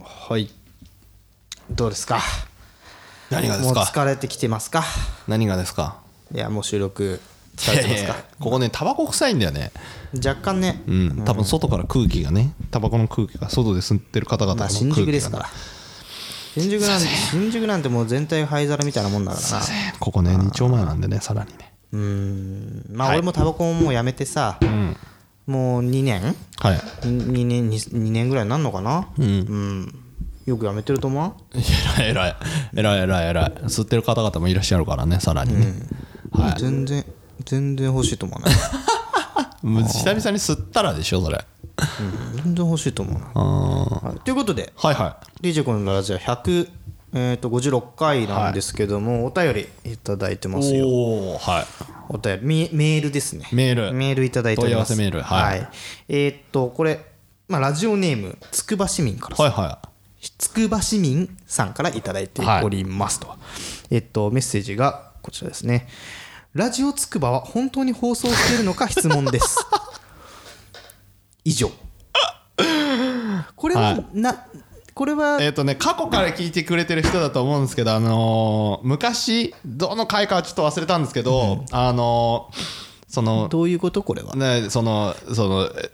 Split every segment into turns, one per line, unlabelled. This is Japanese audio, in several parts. はいどうですか
何がです
もう
か
疲れてきてますか
何がですか
いやもう収録疲れてます
いやい
か
やここねタバコ臭いんだよね
若干ね、
うん多分外から空気がねタバコの空気が外で吸ってる方々の
まあ
空気
新
が
宿ですから新宿なんて新宿なんてもう全体灰皿みたいなもんだからな
ここね2丁前なんでねさらにね
うーんまあ俺もタバコももうやめてさ、もう2年
はい
2年 ,2 年ぐらいになんのかなうん、よくやめてると思わん
えらいえらいえらいえらい吸ってる方々もいらっしゃるからねさらにね、はい
全然全然欲しいと思わない
もう久々に吸ったらでしょそれ
全然欲しいと思わない、はいということで
はいは
DJ コンのラジオ100えー、と56回なんですけども、お便りいただいてます
い
よ
おおは
お便りメメールですね
いメール
メールいただいております
問い合わせメールはい
えーっとこれ、まあ、ラジオネームつくば市民から
はいはい
つくば市民さんからいただいておりますと、えっとメッセージがこちらですねラジオつくばは本当に放送しているのか質問です 以上これは、
はい
なこれは
えっ、とね過去から聞いてくれてる人だと思うんですけど、あのー昔どの回かはちょっと忘れたんですけど、あのーその
どういうことこれは
ねそのそのえ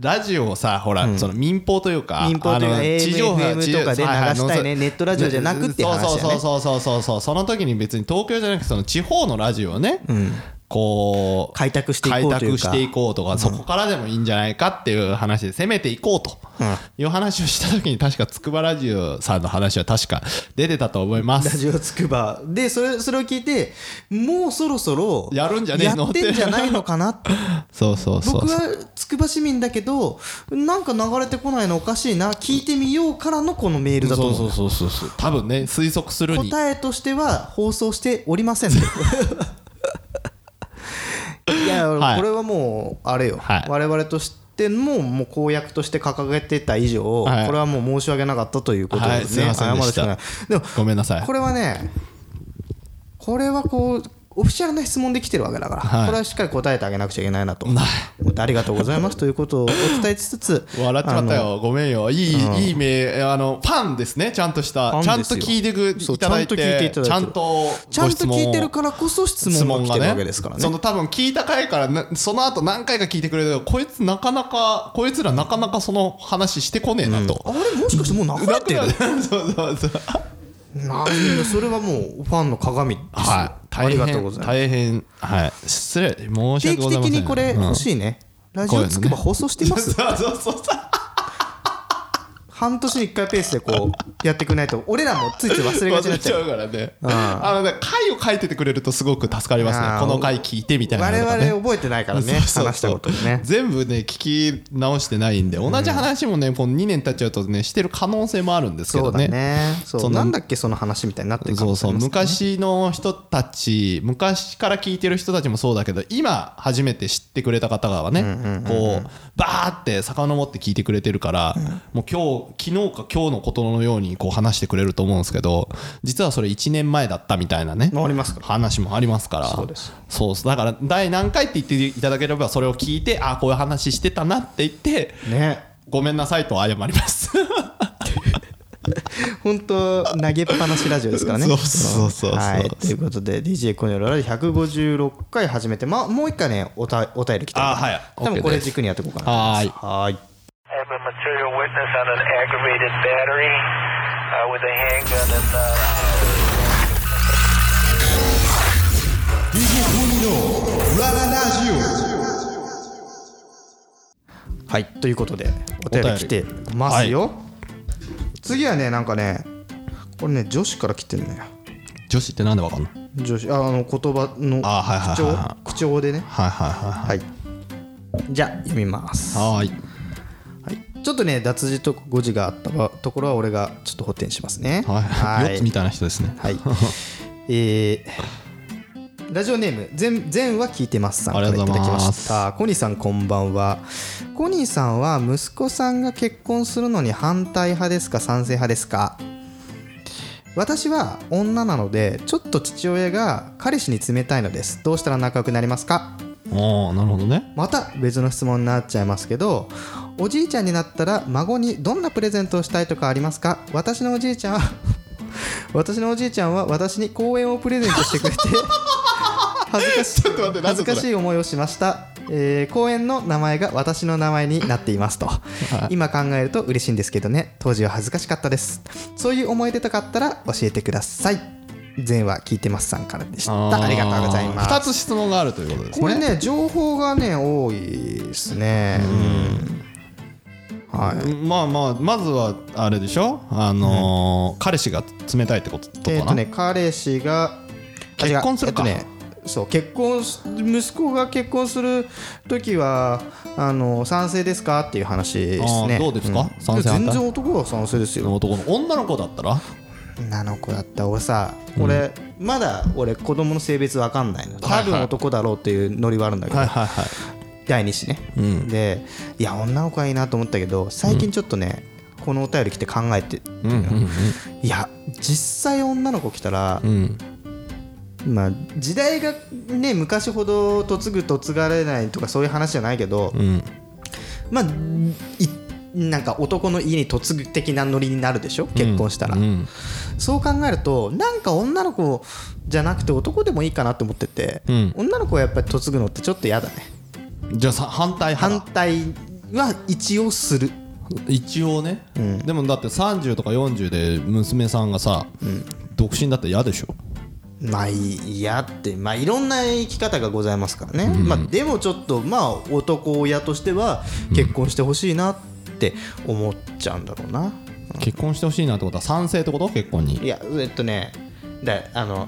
ラジオをさほら、その民放というか
民放と
あの
いうか AM
地上波
FM
地上
とかで
はいはい
流したいね
のそ
ネットラジオじゃなくっていう話だよね
そうそうそうそうそうそうその時に別に東京じゃなくてその地方のラジオをね、こう
開拓していこうというか
開拓していこうとか、そこからでもいいんじゃないかっていう話で攻めていこうと、いう話をした時に確か筑波ラジオさんの話は確か出てたと思いま
ラ
す
ジオつくばでそれそれを聞いてもうそろそろ
やるんじゃねえの
やってんじゃないのかなって
そうそう そう
僕はつくば市民だけどなんか流れてこないのおかしいな聞いてみようからのこのメールだと
そう
思
そううそうそうそう多分ね推測するに
答えとしては放送しておりませんと いや、
はい
これはもうあれよ、
はい
我々としてももう公約として掲げてた以上、
はい
これはもう申し訳なかったということ
はい
です
すい
ね、
ませんで
謝る
し
しかない
た
でも
ごめんなさい
これはねこれはこうオフィシャルな質問できてるわけだから、
はい
これはしっかり答えてあげなくちゃいけないなと思ってありがとうござ いますということをお伝えしつつ
笑っちまった
あの
よごめんよいい、いい名あのファンですねちゃんとした
フ
ちゃ
ァン
ん
です
と
よ
聞いてく
そう
いただいて
ちゃんと聞いていただいてる
ちゃんと
ちゃん
ご質
と
問を
聞いてるからこそ質問が来てるわけですからね
その多分聞いた回からなその後何回か聞いてくれるけどこいつなかなかこいつらなかなかその話してこねえなと、
あれもしかしてもう流れてる
だからそうそうそう
なんだそれはもうファンの鏡ですよ、
はい
あ
大
り
変
がとうございます
大変はい失礼申し訳
定期
ございませ
的
ん
にこれ
うん
欲しいね、ラジオつくば放送してま
そう
す、
そうそう
半年に1回ペースでこうやってくれないと俺らもついつい忘れが
忘
ちにな
れ
っち
ち
ゃ
ゃ
う
うからねあのね回を書いててくれるとすごく助かりますね
あー
この回聞い てみたいな
我
のとかね
々覚えてないから ね
そうそうそう
話したことをね
全部ね聞き直してないんで同じ話もねこの2年経っちゃうとねしてる可能性もあるんですけ
そ
ど
うだ
ね
ねそう
その
なんだっけその話みたいになってるか
そ
も
う
しれ
そう
ない
昔の人たち昔から聞いてる人たちもそうだけど今初めて知ってくれた方がねこうバーって遡って聞いてくれてるからもう今日昨日か今日のことのようにこう話してくれると思うんですけど実はそれ1年前だったみたいなね
ありますから
話もありますから
そうです
そうですだから第何回って言っていただければそれを聞いてあこういう話してたなって言って
ね
ごめんなさいと謝ります
本当投げっぱなしラジオですからね
そうそうそうそう
はいということで DJ コニョラジオ156回始めてまあもう一回ねおたお便り来てる
あはい
多分これ
OK です
軸にやっていこうかなと思いますはい
I have a material witness on an aggravated battery uh, with a handgun and. Uh
はい、ということでお便り来てますよ、次はねなんかねこれね女子から来てんのよ
女子ってなんでわかんの
女子ああの言葉の
あはいはい
口
はい
調
は
口調でね
はいはいはいはい
はいじゃあ読みます、は
はーい。
い、ちょっとね脱字と誤字があったわところは俺がちょっと補填しますね
はい。
い
4つみたいな人ですね。
はい、えーラジオネーム全全は聞いてますさんから
あ
い
り
た
が
だ
とうござい
き
ます
ましたコニーさんこんばんはコニーさんは息子さんが結婚するのに反対派ですか賛成派ですか私は女なのでちょっと父親が彼氏に冷たいのですどうしたら仲良くなりますか
ああなるほどね
また別の質問になっちゃいますけどおじいちゃんになったら孫にどんなプレゼントをしたいとかありますか私のおじいちゃんは 私のおじいちゃんは私に公園をプレゼントして くれて恥ずかしい
ちょっと待って
恥ずかし
い
い思いをしました、えー公園の名前が私の名前になっていますと今考えると嬉しいんですけどね当時は恥ずかしかったですそういう思い出とかあったら教えてください前は聞いてますさんからでしたありがとうございます
2つ質問があるということですね
これね情報がね多いですねうんはい
まあまあまずはあれでしょあのー彼氏が冷たいってことと
えっ、
か
と
な、
ね彼氏があ違う
結婚するか
えっとねそう結婚す息子が結婚する時はあの賛成ですかっていう話です
あ
ね
ーどうですか
ん
賛成反対
全然男は賛成ですよ
男の女の子だったら
女の子だったら俺さ俺、まだ俺子供の性別わかんないの多
はいは
分
い
男だろうっていうノリはあるんだけど、
はいはいはい
第2子ね、でいや女の子がいいなと思ったけど最近ちょっとね、このお便り来て考えて、いや実際女の子来たら、
うん
まあ、時代がね昔ほど嫁ぐ嫁がれないとかそういう話じゃないけど、
うん
まあいなんか男の家に嫁ぐ的なノリになるでしょ結婚したら、
うん
そう考えるとなんか女の子じゃなくて男でもいいかなと思ってて、
うん
女の子はやっぱり嫁ぐのってちょっと嫌だね
じゃあさ反対
反
派だ
対は一応する
一応ね、でもだって30とか40で娘さんがさ、独身だったら嫌でしょ
まあいやってまあいろんな生き方がございますからね、まあ、でもちょっとまあ男親としては結婚してほしいなって思っちゃうんだろうな、
結婚してほしいなってことは賛成ってこと結婚
い
に
やえっとねだあの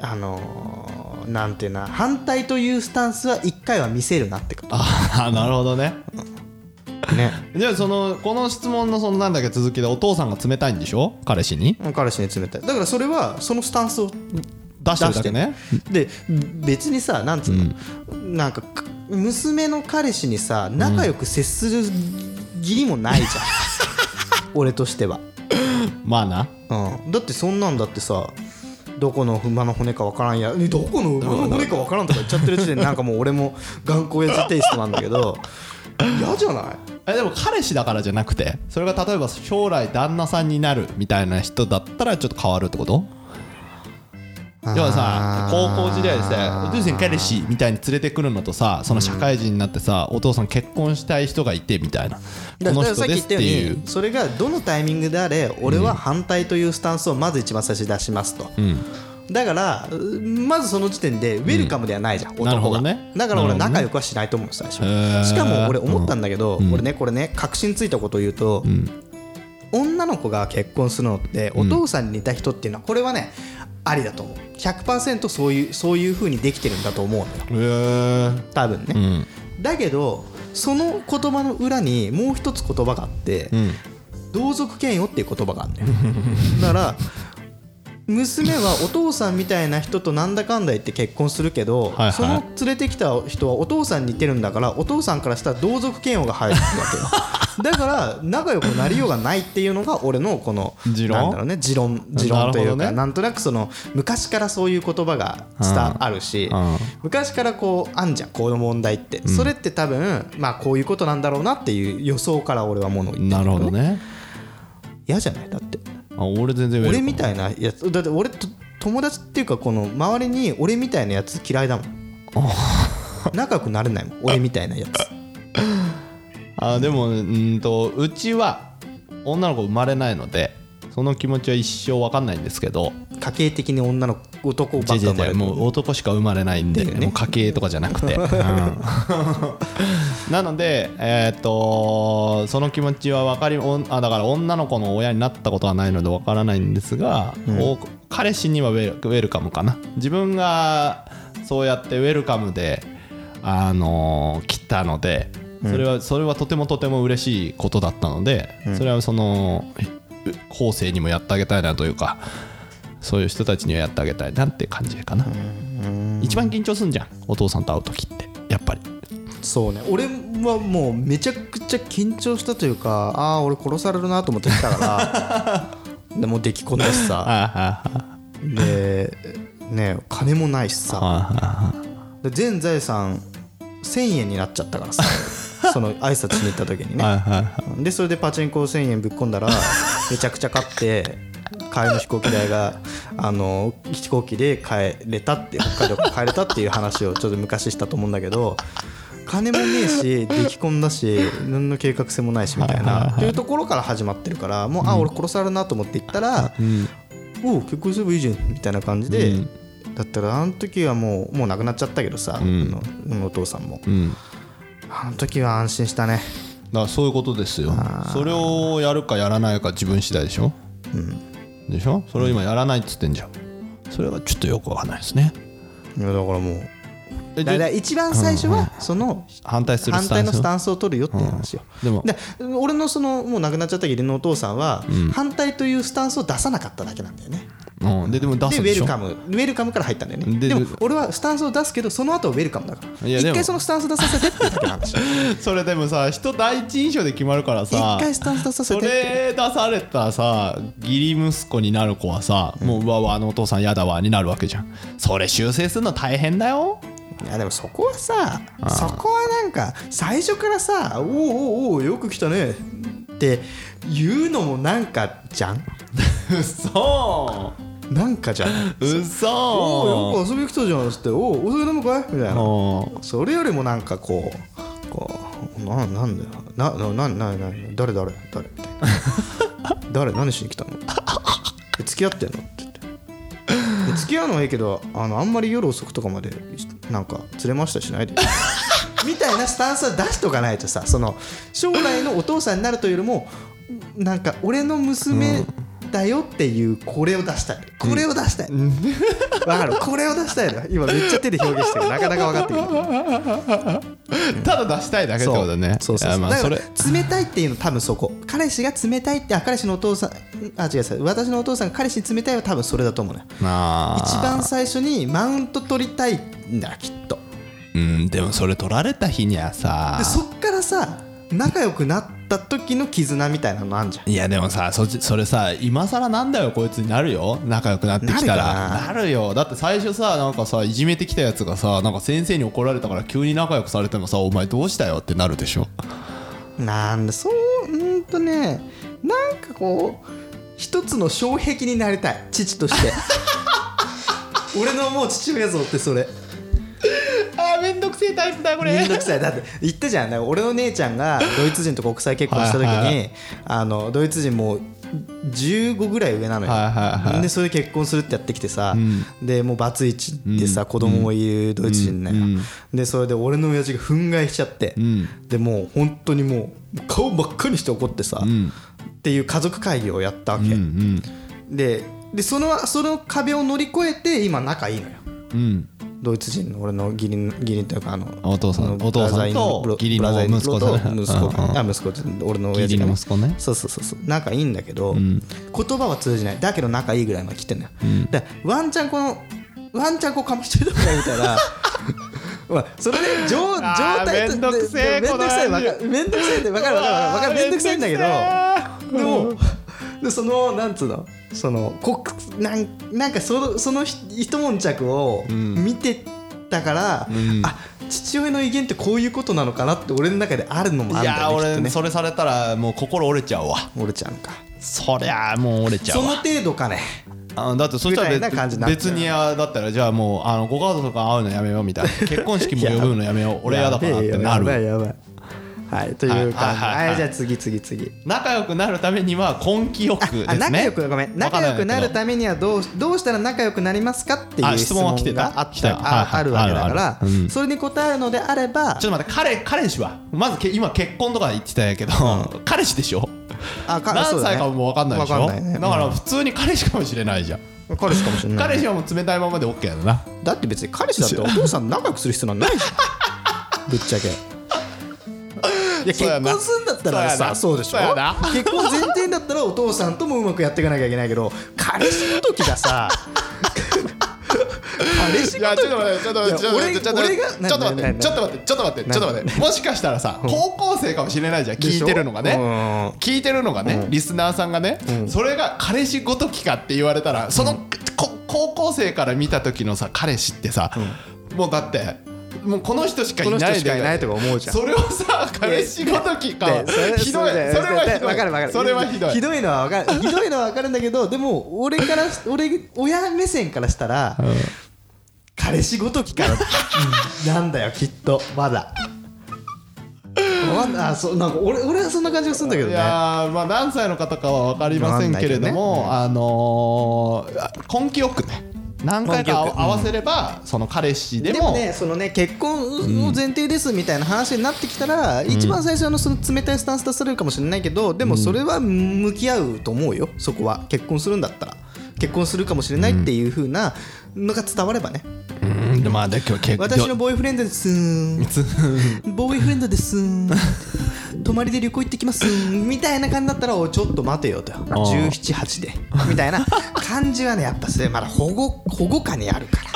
あのーなんていうな反対というスタンスは一回は見せるなってこ
ああなるほどね
とね
じゃあそのこの質問のそのなんだっけ続きでお父さんが冷たいんでしょ彼氏に
彼氏に冷たいだからそれはそのスタンスを
出してるだけね
で別にさなんつうの、なんかか娘の彼氏にさ仲良く接する義理も ないじゃん、俺としては、
まあな
うん、だってそんなんだってさどこの馬の骨かわからんやえどこの馬の骨かわからんとか言っちゃってる 時点でなんかもう俺も頑固やじテイストなんだけど嫌じゃない
えでも彼氏だからじゃなくてそれが例えば将来旦那さんになるみたいな人だったらちょっと変わるってことでもさ高校時代でさ「お父さん彼氏」みたいに連れてくるのとさその社会人になってさ、お父さん結婚したい人がいてみたいなこ
だ
の
からさ
人で
っき言
す
っ
ったて
よう
い
に
う
それがどのタイミングであれ俺は反対というスタンスをまず一番最初に出しますと、だからうまずその時点でウェルカムではないじゃん、
なる
男
ほ
が、
どね
だから
なるほど
俺
ね
仲良くはしないと思うんです最初、
へー
しかも俺思ったんだけど、俺ねこれね確信ついたことを言うと、女の子が結婚するのってお父さんに似た人っていうのはこれはねありだと思う100%そういうそういう風にできてるんだと思うのよ
へー
多分ね、
うん
だけどその言葉の裏にもう一つ言葉があって、
うん
同族嫌悪っていう言葉があるんだよだから娘はお父さんみたいな人となんだかんだ言って結婚するけ
は
ど、
いはい
その連れてきた人はお父さんに似てるんだからお父さんからしたら同族嫌悪が入るわけよだから仲良くなりようがないっていうのが俺のこの
持論
なんだろうね持論持論という
なるほ
かな,、
どね
んとなくその昔からそういう言葉が伝わあるし、
うん
昔からこうあんじゃんこういう問題って、それって多分まあこういうことなんだろうなっていう予想から俺はものを言って
なるほどね
嫌じゃないだって
あ俺全然ウェルカ
俺
ム
みたいなやつだって俺と友達っていうかこの周りに俺みたいなやつ嫌いだもん仲良くなれないもん俺みたいなやつ
あでもうーんとうちは女の子生まれないのでその気持ちは一生わかんないんですけど
家系的に女の子男ばっか
違う違
生
う
ま
違
れ
う
る
もう男しか生まれないんで、
だよね
もう家系とかじゃなくて、 うんなのでえーっとその気持ちは分かりおんあだから女の子の親になったことはないので分からないんですが、お彼氏にはウェルウェルカムかな自分がそうやってウェルカムであのー来たのでそれは、それはとてもとても嬉しいことだったので、それはそのう後世にもやってあげたいなというかそういう人たちにはやってあげたいなって感じかな一番緊張すんじゃんお父さんと会う時ってやっぱり
そうね俺はもうめちゃくちゃ緊張したというかああ俺殺されるなと思ってきたから でもう出来込んだしさ
あ
でね金もないしさ
あああ
だで全財産1000円になっちゃったからさその挨拶しに行った時にね、
はいはいはい
でそれでパチンコ1000円ぶっ込ん だらめちゃくちゃ勝って帰りの飛行機代があの飛行機で帰れたって北海道から帰れたっていう話をちょっと昔したと思うんだけど金もねえし出来込んだし何の計画性もないしみたいなっていうところから始まってるからもうあ俺殺されるなと思って行ったらおう結婚すればいいじゃんみたいな感じでだったらあの時はもうもう亡くなっちゃったけどさあのお父さんも
うん
あの時は安心したね
だからそういうことですよそれをやるかやらないか自分次第でしょ、でしょそれを今やらないっつってんじゃんそれはちょっとよくわかんないですね
いやだからもう
え
だから
で
一番最初はその
反対する
反
スタ
対
ン
の
ス
スタンスを取るよっていう話よ、
でも
で俺のそのもう亡くなっちゃった義理のお父さんは反対というスタンスを出さなかっただけなんだよね、
うん、ででも出
ですウ
で
ェ
し
ル
ょ
カムウェルカムから入ったんだよね
で
でも俺はスタンスを出すけどその後はウェルカムだから
いやで
一
も
回そのスタンス出させてっていうだけな んですよ
それでもさ人第一印象で決まるからさ
一回スタンス出させ
そ
てって
れ出されたさ義理息子になる子はさ、もううわうわあのお父さんやだわになるわけじゃんそれ修正するの大変だよ
いやでもそこはさそこはなんか最初からさ「おうおうおうよく来たね」って言うのもなんかじゃん
うそ
なんかじゃん
う
お
そ
およく遊びに来たじゃんっつっておおお酒飲むかいみたいなそれよりもなんかこうこうななんだよななななな誰誰誰みたいな誰何しに来たのえ付き合ってんのって言ってえ付き合うのはいいけどあのあんまり夜遅くとかまでなんか連れましたりしないでみたいなスタンスは出しとかないとさその将来のお父さんになるというよりもなんか俺の娘だよっていうこれを出したいこれを出したい、わかるこれを出したいの今めっちゃ手で表現してるなかなか分かってくる
ただ出したいだけってことだね
そうそ
い
うそ
や
う、
まあそれ
だから冷たいっていうの多分そこ彼氏が冷たいってあ彼氏のお父さんあ違う違う私のお父さんが彼氏に冷たいは多分それだと思うね
まあ
一番最初にマウント取りたいんだきっと
うんでもそれ取られた日にはさ
でそっからさ仲良くなった時の絆みたいなのあんじゃん
いやでもさそっちそれさ今更なんだよこいつになるよ仲良くなってきたら
なる
なるよだって最初さなんかさいじめてきたやつがさなんか先生に怒られたから急に仲良くされてもさお前どうしたよってなるでしょ
なんでそううんとねなんかこう一つの障壁になりたい父として 俺のもう父親像ってそれ
あーめんどくせえタイプだこ
めんどくさいだって言ったじゃんなんか俺の姉ちゃんがドイツ人と国際結婚した時に、
はいはいは
あのドイツ人もう15ぐらい上なのよ、
はいはいはい
でそれで結婚するってやってきてさ、でもうバツイチでさ、子供もいるドイツ人なのよ、でそれで俺の親父が憤慨しちゃって、でもう本当にもう顔真っ赤にして怒ってさ、っていう家族会議をやったわけ、
うん
ででそのその壁を乗り越えて今仲いいのよ
うんうん
ドイツ人の俺の義理の義理というかあの
お父さん
あの
お父さんと
ブラザーインロブロ
義理の
ブラザーインロ
息子さん
と息子
うんうん
あ息子俺の親父が
義理の息子ね
そうそうそうそう仲いいんだけど、言葉は通じないだけど仲いいぐらいまで来てんのよ、だからワンチャンこのワンチャンこうかましてるとか見たら まあそれで状状
あー
態
めんどくせえ
めんどくさい
この
わ
話
かめんどくさいってわかるわかるわかるわかるめんどくさいんだけどでもでそのなんつうのそのこなんなんかそのそのひ一悶着を見てたから、あ父親の威厳ってこういうことなのかなって俺の中であるのもあ
い
るんだ
や
よねきっと
俺
ね
それされたらもう心折れちゃうわ
俺ちゃんか
そりゃあもう折れちゃ
そうの
わ
程度かね
あだってそしたら
みたいな感じになっちゃう
別にあだったらじゃあもうあのご家族 が会うのやめようみたいな結婚式も呼ぶのやめよう俺やだからってな
やばい
る
やばいやばいはいという感じ
はいはいはい
はいじゃあ次次次
仲良くなるためには根気よくです
あ
ね
仲良くごめん
わか
仲
んい
良
けど
くなるためにはどうどうしたら仲良くなりますかっていう
あ
質
質
問
問
が
は
あっ
来てた来たよ
た
はい
あ
はい
あるわけだ
あ
か
るあ
ら
るうん
それに答えるのであれば
ちょっと待って彼彼氏はまずけ今結婚とか言ってたんやけど、彼氏でしょ
あかそう
何歳
だね
かも分かんないでしょ
わかんないね
だから普通に彼氏かもしれないじゃん、
彼氏かもしれない
彼氏はもう冷たいままで OK やろな
だって別に彼氏だってお父さん仲良くする必要なんないじゃ んぶっちゃけいや結
そうやな
婚するんだったらさ
そ
そうう
やな
でし
そ
ょ
うやな
結婚前提だったらお父さんともうまくやっていかなきゃいけないけど彼氏の時がさ彼 氏
い
の
や
時
ちょっと待ってちょっと待ってちょっと待ってちょっと待ってちょっ
俺俺が
と待っ
な
て
な
ちょっと待ってちょっと待ってちょっと待ってもしかしたらさ高校生かもしれないじゃん
で
聞
し
い
ょ
てるのが
う
ね聞いてるのがねリスナーさんがねそれが彼氏ごときかって言われたらそのこ高校生から見た時のさ彼氏ってさもうだってもうこの人しかい
こ
な
の
い
人しかいないとか思うじゃん
それをさ彼氏ごときか
でそれ
ひどいそれ
で
はひどい
わかるわかる
それはひどい
ひどいのはわかるひどいのはわかるんだけどでも俺からし俺親目線からしたら、彼氏ごときから なんだよきっとまだまだあそうなんか俺俺はそんな感じがするんだけど
い
ね
やーまあ何歳の方かは分かりませんけれどもあのー根気よくね何回か
根気よく
合わせればその彼氏で
で
も
もねそのね結婚を前提ですみたいな話になってきたら、一番最初のその冷たいスタンス出されるかもしれないけどでもそれは向き合うと思うよそこは結婚するんだったら結婚するかもしれないっていう風なのが伝わればね、
うんでまあで今日結
私のボーイフレンドですボーイフレンドです 泊まりで旅行行ってきますみたいな感じだったらおいちょっと待てよと178でみたいな感じはねやっぱそれまだ保護保護下にある から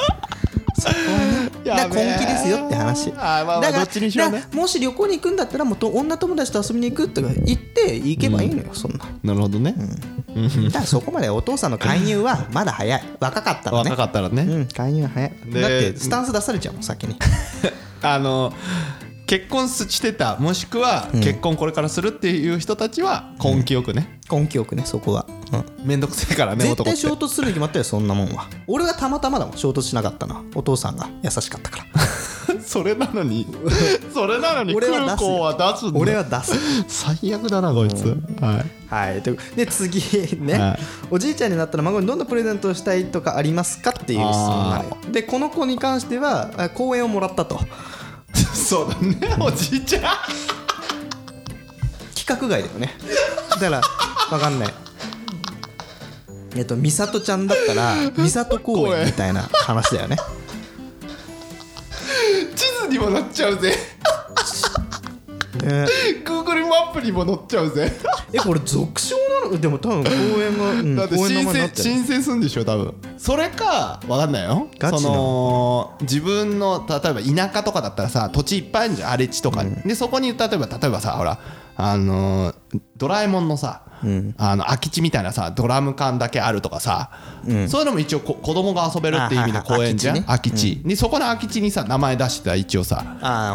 そこはねだから根気ですよって話
あーまあまあ
だから
どっちにしろね
だからもし旅行に行くんだったらもうと女友達と遊びに行くとか言って行けばいいのよ、そんな
なるほどね
だからそこまでお父さんの介入はまだ早い若かったのね
若かったら
う
ね
ん介入は早い
で
だってスタンス出されちゃうもん先に
あの結婚してたもしくは結婚これからするっていう人たちは根気よくね
根気よくねそこは、
めんどくせえからね
絶
男って
対衝突するに決まったよそんなもんは俺はたまたまだもん衝突しなかったのはお父さんが優しかったから
それなの にそれなのに
俺は出す
空港は出すんだ
俺は出す
最悪だなこいつはい
はいとで次ね、
はい
おじいちゃんになったら孫にどんなプレゼントをしたいとかありますかっていう質問なのよでこの子に関してはあ公園をもらったと
そうだね、おじいちゃん。
規格外だよねだから 分かんないえっと美里ちゃんだったら 美里公園みたいな話だよね
地図にも載っちゃうぜ。
ね
Google マップにも載っちゃうぜ。
えこれ俗称なのでも多分公園が、うん
だって
公
申
園の名前にな
請
ってる
申請するんでしょ、多分それか、わかんないよ。
ガチな
その自分の例えば田舎とかだったらさ、土地いっぱいあるじゃん、荒れ地とかに。で、そこに例えば、例えばさ、ほら、あのードラえもんのさ、あの空き地みたいなさドラム缶だけあるとかさ、そういうのも一応こ子供が遊べるっていう意味の公園じゃん
あはい
空
は
き地,、でそこの空き地にさ名前出してたら一応
あ
さ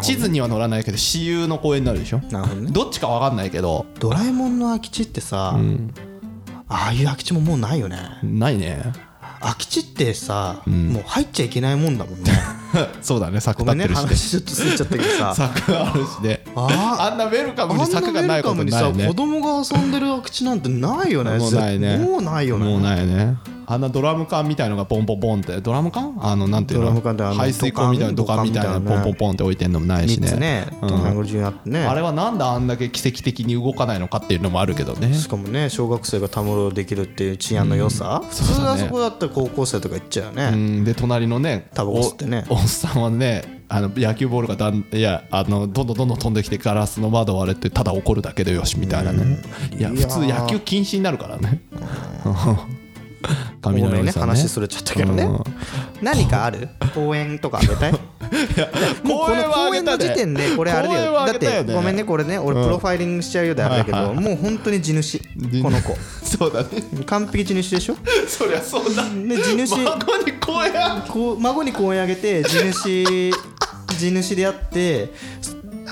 ー
地図には載らないけど私有の公園になるでしょ
なるほどね
どっちかわかんないけど
ドラえもんの空き地ってさ、ああいう空き地ももうないよね
ないね
空き地ってさ、もう入っちゃいけないもんだも んね
そうだね柵
ご
立
め
っ
んね
てるしね
話ちょっと過ぎちゃったけど さ
柵あるしね
あー
あんなウェルカ
あ
ム
ん
に
な
柵がないこと
に
ない
さ
よね
子供が遊んでる空き地なんてないよね
もうないね
もうないよね
もうないねあんなドラム缶みたいのがポンポンポンってドラム缶あのなんていう
ドラ
の
ム缶ってあの
排水溝みたいなドカンみたいな
ドカンみ
ポ
たいな
ン
ね
ポンポンって置いてんのもないし
3
ね
つね
うん
トンネル中にあってね
あれはなんであんだけ奇跡的に動かないのかっていうのもあるけどね
しかもね小学生がたむろできるっていう治安の良さ、普通はそこだったら高校生とか行っちゃうよね、
うんで隣のね
タバコ吸ってね
おおっさんはねあの野球ボールがだんいやあのどんどんどんどん飛んできてガラスの窓割れてただ怒るだけでよしみたいなねいや
い
普
やー
通野球禁止になるから ね
ごめんね
おじさん
話それちゃったけどね、
うん
何かある公園とかあげ たいもうこの公園の時点でこれあれだよだってごめんねこれね俺プロファイリングしちゃうようであれだけど、
はいはい
もう本当に地主
地主
この子
そうだね
完璧地主でしょ
そりゃそうだね
で地主
孫に公園
こう孫に公園あげて地主 地主であって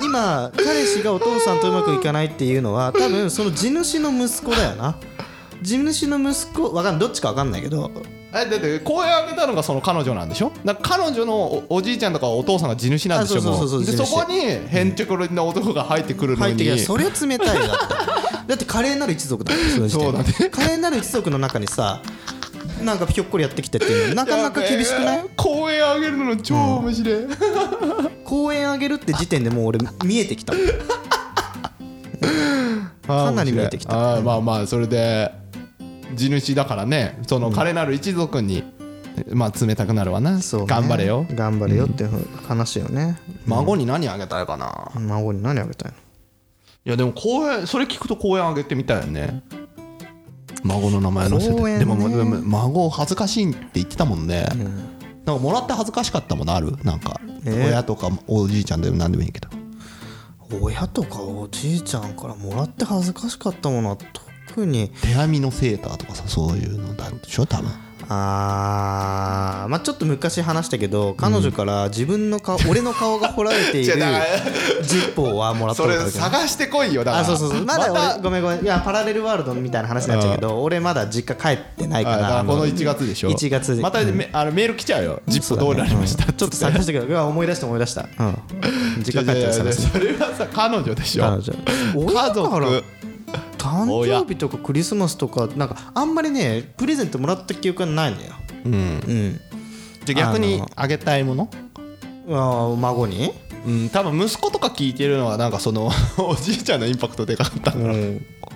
今彼氏がお父さんとうまくいかないっていうのは多分その地主の息子だよな地主の息子わかんどっちかわかんないけど
えだって公園あげたのがその彼女なんでしょだから彼女のおおじいちゃんとかお父さんが地主なんでしょ
あそうそうそう
も
そ
で
う地
そ
主
こにへんてこりんな男が入ってくるの
入
に
ってきたそれは冷たいよだって だって華麗なる一族だよその時点で
そうだ
華麗なる一族の中にさなんかひょっこりやってきてっていうのなかなか厳しくな
や
い
べえ公園あげるの超面白い、
公園あげるって時点でもう俺見えてきたかなり見えてきた
あーまあまあそれで地主だからねその彼なる一族に、まあ冷たくなるわな、
そうね
頑張れよ
頑張れよって話よね
孫に何あげたいかな、い
孫に何あげたいの
やでも公園それ聞くと公園あげてみたいよね孫の名前載せて、
公園ね
でもでも孫恥ずかしいって言ってたもんね、なんかもらって恥ずかしかったものあるなんか、
えー
親とかおじいちゃんでも何でもいいけど
親とかおじいちゃんからもらって恥ずかしかったものは特に
手編みのセーターとかさそういうのだでしょ多分
あーまあちょっと昔話したけど彼女から自分の顔、俺の顔が彫られ ている
違うだから
10本はもらっ
そ
たこと
れ
あるけど
探してこいよだから
あそうそうそうまだ俺、
た
ごめんごめんいやパラレルワールドみたいな話になっちゃうけど俺まだ実家帰ってないか
あだかららこの1
月
月でしょ
1月で
まためあのメール来ちゃうよ「ジップどうなりました」
ちょっと探したけどうわ思い出した思い出したうん実家帰ったら探す
それはさ彼女でしょ
彼女
家
親だから
族
誕生日とかクリスマスとかなんかあんまりねプレゼントもらった記憶がないのよ
うん
うん
じゃあ逆にあげたいもの
あー孫に
うん多分息子とか聞いてるのはなんかその おじいちゃんのインパクトでかかったから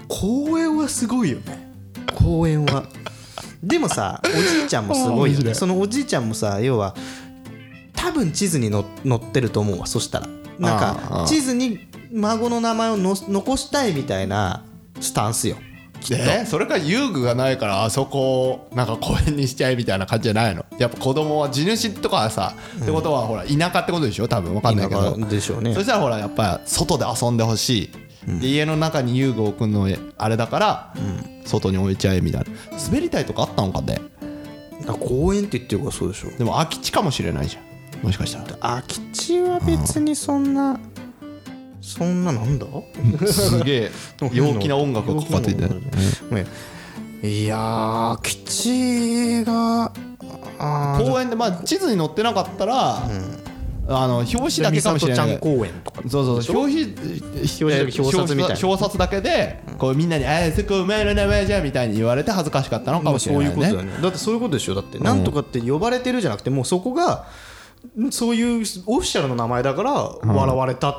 公園はすごいよね公園はでもさおじいちゃんもすごいよ
あー面白
ね
い
そのおじいちゃんもさ要は多分地図にの載ってると思うわそしたらなん
あーあ
か
ー
地図に孫の名前をの残したいみたいなスタンスよ
えそれから遊具がないからあそこをなんか公園にしちゃえみたいな感じじゃないのやっぱ子供は地主とかはさ、ってことはほら田舎ってことでしょ多分わかんないけど
田舎でしょうね
そしたらほらやっぱ外で遊んでほしい、で家の中に遊具を置くのあれだから、外に置いちゃえみたいな滑り台とかあったのかね
あ公園って言ってるからそうでしょ
でも空き地かもしれないじゃんもしかしたら
空き地は別にそんなそんな なんだ
すげえ陽気な音楽がかかっていて
いやー空き地があー
公園でまあ地図に載ってなかったら、あの表紙だけかもしれない
美里ちゃん公園とか
そうそう表紙
紙だけ表札みたいな
表札だけでこうみんなに「あそこお前の名前じゃん」みたいに言われて恥ずかしかったのかもしれないね
まあそういうことだよねだってそういうことでしょだってなんとかって呼ばれてるじゃなくてもうそこがんそういうオフィシャルの名前だから笑われたっ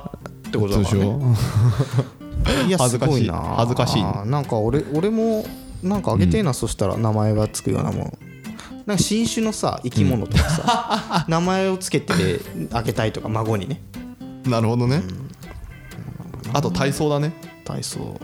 てことだからねいや
恥ずかしい
すごな
恥ずかしい
なんか俺俺もなんかあげてえなそしたら名前がつくようなものなんか新種のさ生き物と かさ名前をつけてあげたいとか孫にね
なるほどねあと体操だね
体操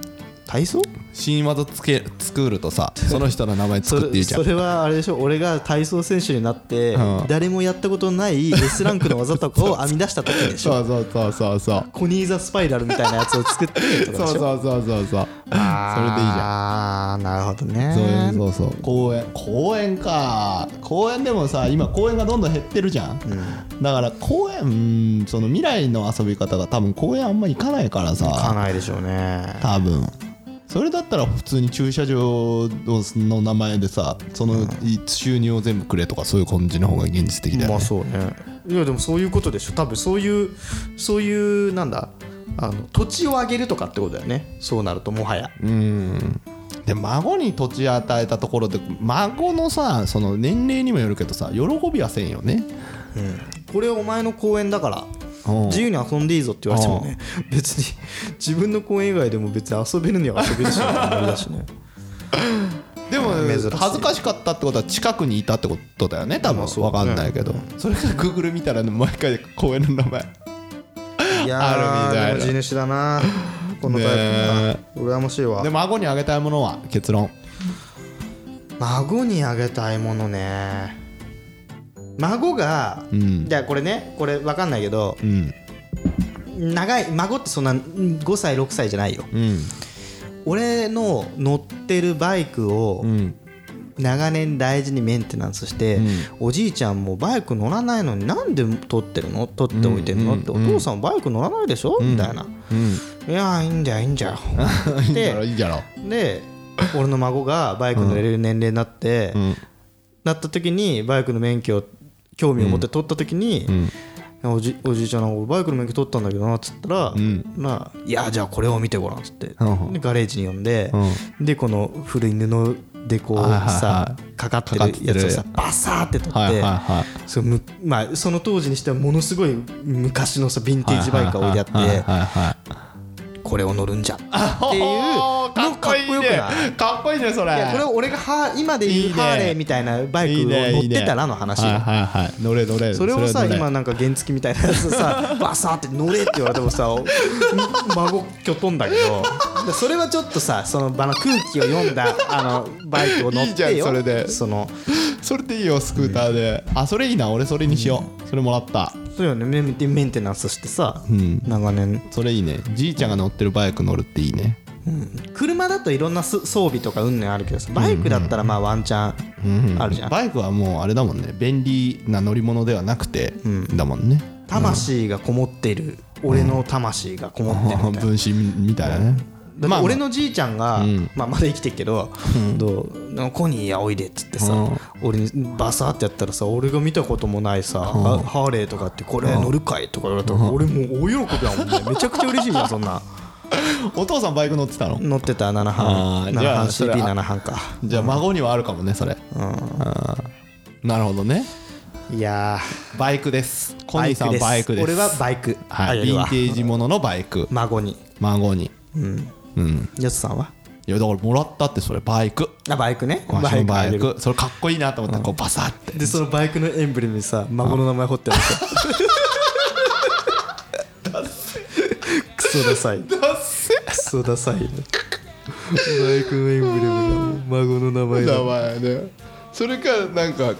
体操
新技つけ作るとさその人の名前
そ
作ってい
れ
いじゃ
そ
ん
れはあれでしょ俺が体操選手になって
うん
誰もやったことない S ランクの技と かを編み出した時でしょ
そうそうそうそうそう
コニーザスパイラルみたいなやつを作ってと か
そ
で
う
しょ
そうそうそうそうそれでいいじゃん
ゃんあーなるほど
そういう
ね
そうそう公園公園か公園でもさ今公園がどんどん減ってるじゃん、だから公園うんその未来の遊び方が多分公園あんま行かないから
か
さ
ないでしょうね
多分それだったら普通に駐車場の名前でさその収入を全部くれとかそういう感じの方が現実的だよ
まあ
ね、
そうねいやでもそういうことでしょ多分そういうそういうなんだあの土地をあげるとかってことだよねそうなるともはや
うんで孫に土地与えたところで孫のさその年齢にもよるけどさ喜びはせんよね
これお前の公園だから
うん
自由に遊んでいいぞって言われてもね別に自分の公園以外でも別に遊べるには遊べるしみたいなのだし ね
でも
珍しい
恥ずかしかったってことは近くにいたってことだよね多分
まあそ
分
う
かんないけどそれから Google 見たらね毎回公園の名前
いや
あるみたいな
ーでも地主だなこのタイ
ね
プな羨ましいわ
で孫にあげたいものは結論
孫にあげたいものね孫が、
うん
じゃあこれねこれ分かんないけど
うん
長い孫ってそんなうん5歳6歳じゃないよ
うん
俺の乗ってるバイクを
うん
長年大事にメンテナンスして、
うん
おじいちゃんもバイク乗らないのになんで撮ってるの撮っておいてるの、
うん
ってお
うんうん
父さんバイク乗らないでしょ、みたいな
うん
いやいいんだよいいんだよ
いいじゃろいいじゃろ
で俺の孫がバイク乗れる年齢になって、
うん
なった時にバイクの免許を興味を持って取った時に、
ん
おじおじいちゃんの俺バイクの免許取ったんだけどなっつったら、
ん
まあ、いやじゃあこれを見てごらんっつって、
うん
でガレージに呼んで、でこの古い布でこう
はいはいはい
さかかって
かかって
る
る
やつをさバサーって取って、
はいはいはい
そうむまあ、その当時にしてはものすごい昔のさヴィンテージバイクが置いてあって、
はいはいはいはい
これを乗るんじゃっていうの
おーかっこいい
かっこよく
ね
ない
かっこいいねそれ
いやこれを俺がハー今で言うい
ね
ハーレーみたいなバイ
い
ク
い
を
ね
乗っ
いいね
てたらの話
はいはいはい乗れ乗れ
それをさ
乗
今なんか原付みたいなや つさバサーって乗れって言われてもさ孫きょとんだけどでそれはちょっとさその場の空気を読んだあのバイクを乗ってよ
いいじゃんそれで
の
それでいいよスクーターであそれいいな俺それにしようそれもらった
そうよねメンメンテナンスしてさ、
ん
長年
それいいねじいちゃんが乗ってるバイク乗るっていいね
車だといろんなす装備とかうんぬんあるけどさバイクだったらまあワンチャンあるじゃん、
バイクはもうあれだもんね便利な乗り物ではなくて、だもん ね
魂がこもっている俺の魂がこもってるみたいな、
分身みたいなね、
だって俺のじいちゃんが、まあ、まだ生きてるけど「どうなんかコニーやおいで」っつってさ、俺にバサーってやったらさ俺が見たこともないさ、ハハーレーとかって「これ乗るかい?」とか言われたら、俺もう大喜びだもんねめちゃくちゃ嬉しいじゃんそんな
お父さんバイク乗ってたの
乗ってた7
あ
班
ーじゃあそれは
7班 CP7 班か
じゃあ孫にはあるかもねそれ、あーなるほどね
いや
バイクです
ー
コニーさんバイクです
俺はバイク
はい、
あ
ヴ
る
ィ
わ
ンテージもののバイク
孫に
孫にうん
よつさんはい
やだからもらったってそれバイク
あバイクね
わしのバ
あげ
イ
る
クそれかっこいいなと思ったらこうバサッて
でそのバイクのエンブレムにさ孫の名前彫ってあるさクソダサいクソダサいねバイクのエンブレムが孫の名前だ
前ねそれかなんか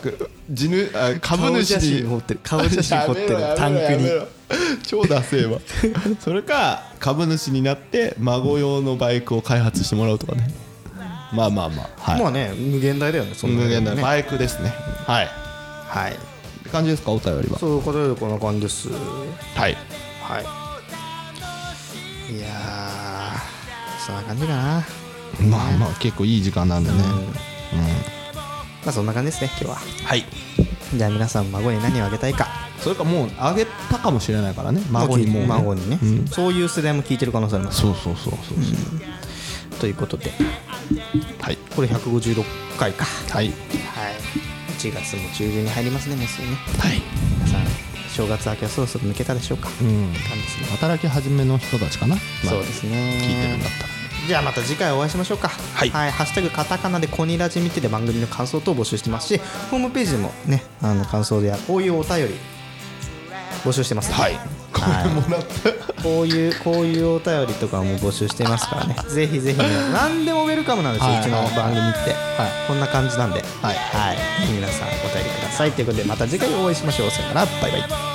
地主あ株
顔写真彫ってる顔写真彫ってるタンクに
超ダセ えわそれか株主になって孫用のバイクを開発してもらうとかねまあまあまあはい
まあね無限大だよねそんなの
無
ね
限大バイクですねはい
はい
って感じですかお便りは
そういうことでこんな感じです
はい
はいいやーそんな感じかな
まあまあ結構いい時間なんでね
まあそんな感じですね今日は
はい
じゃあ皆さん孫に何をあげたいか
それかもうあげたかもしれないからね孫にもうね
孫にね、
うん
そういう世代も聞いてる可能性あります
そうそうそうそうそう
ということで
はい
これ156回か
はい
はい1月も中旬に入りますねもうすぐね
はい
皆さん正月明けはそろそろ抜けたでしょうか、
うん
感じですね
働き始めの人たちかなまあ
そうですね
聞いてるんだったら
じゃあまた次回お会いしましょうかはいハッシュタグカタカナでコニラジ見てで番組の感想等を募集してますしホームページでもねあの感想やこういうお便り募集してますので
これもらった
こういうこういうお便りとかも募集してますから ねぜひぜひね何でもウェルカムなんですよ、
はいう
ちの番組って、
はい
こんな感じなんではいはい、皆さんお便りくださいということでまた次回お会いしましょうさよならバイバイ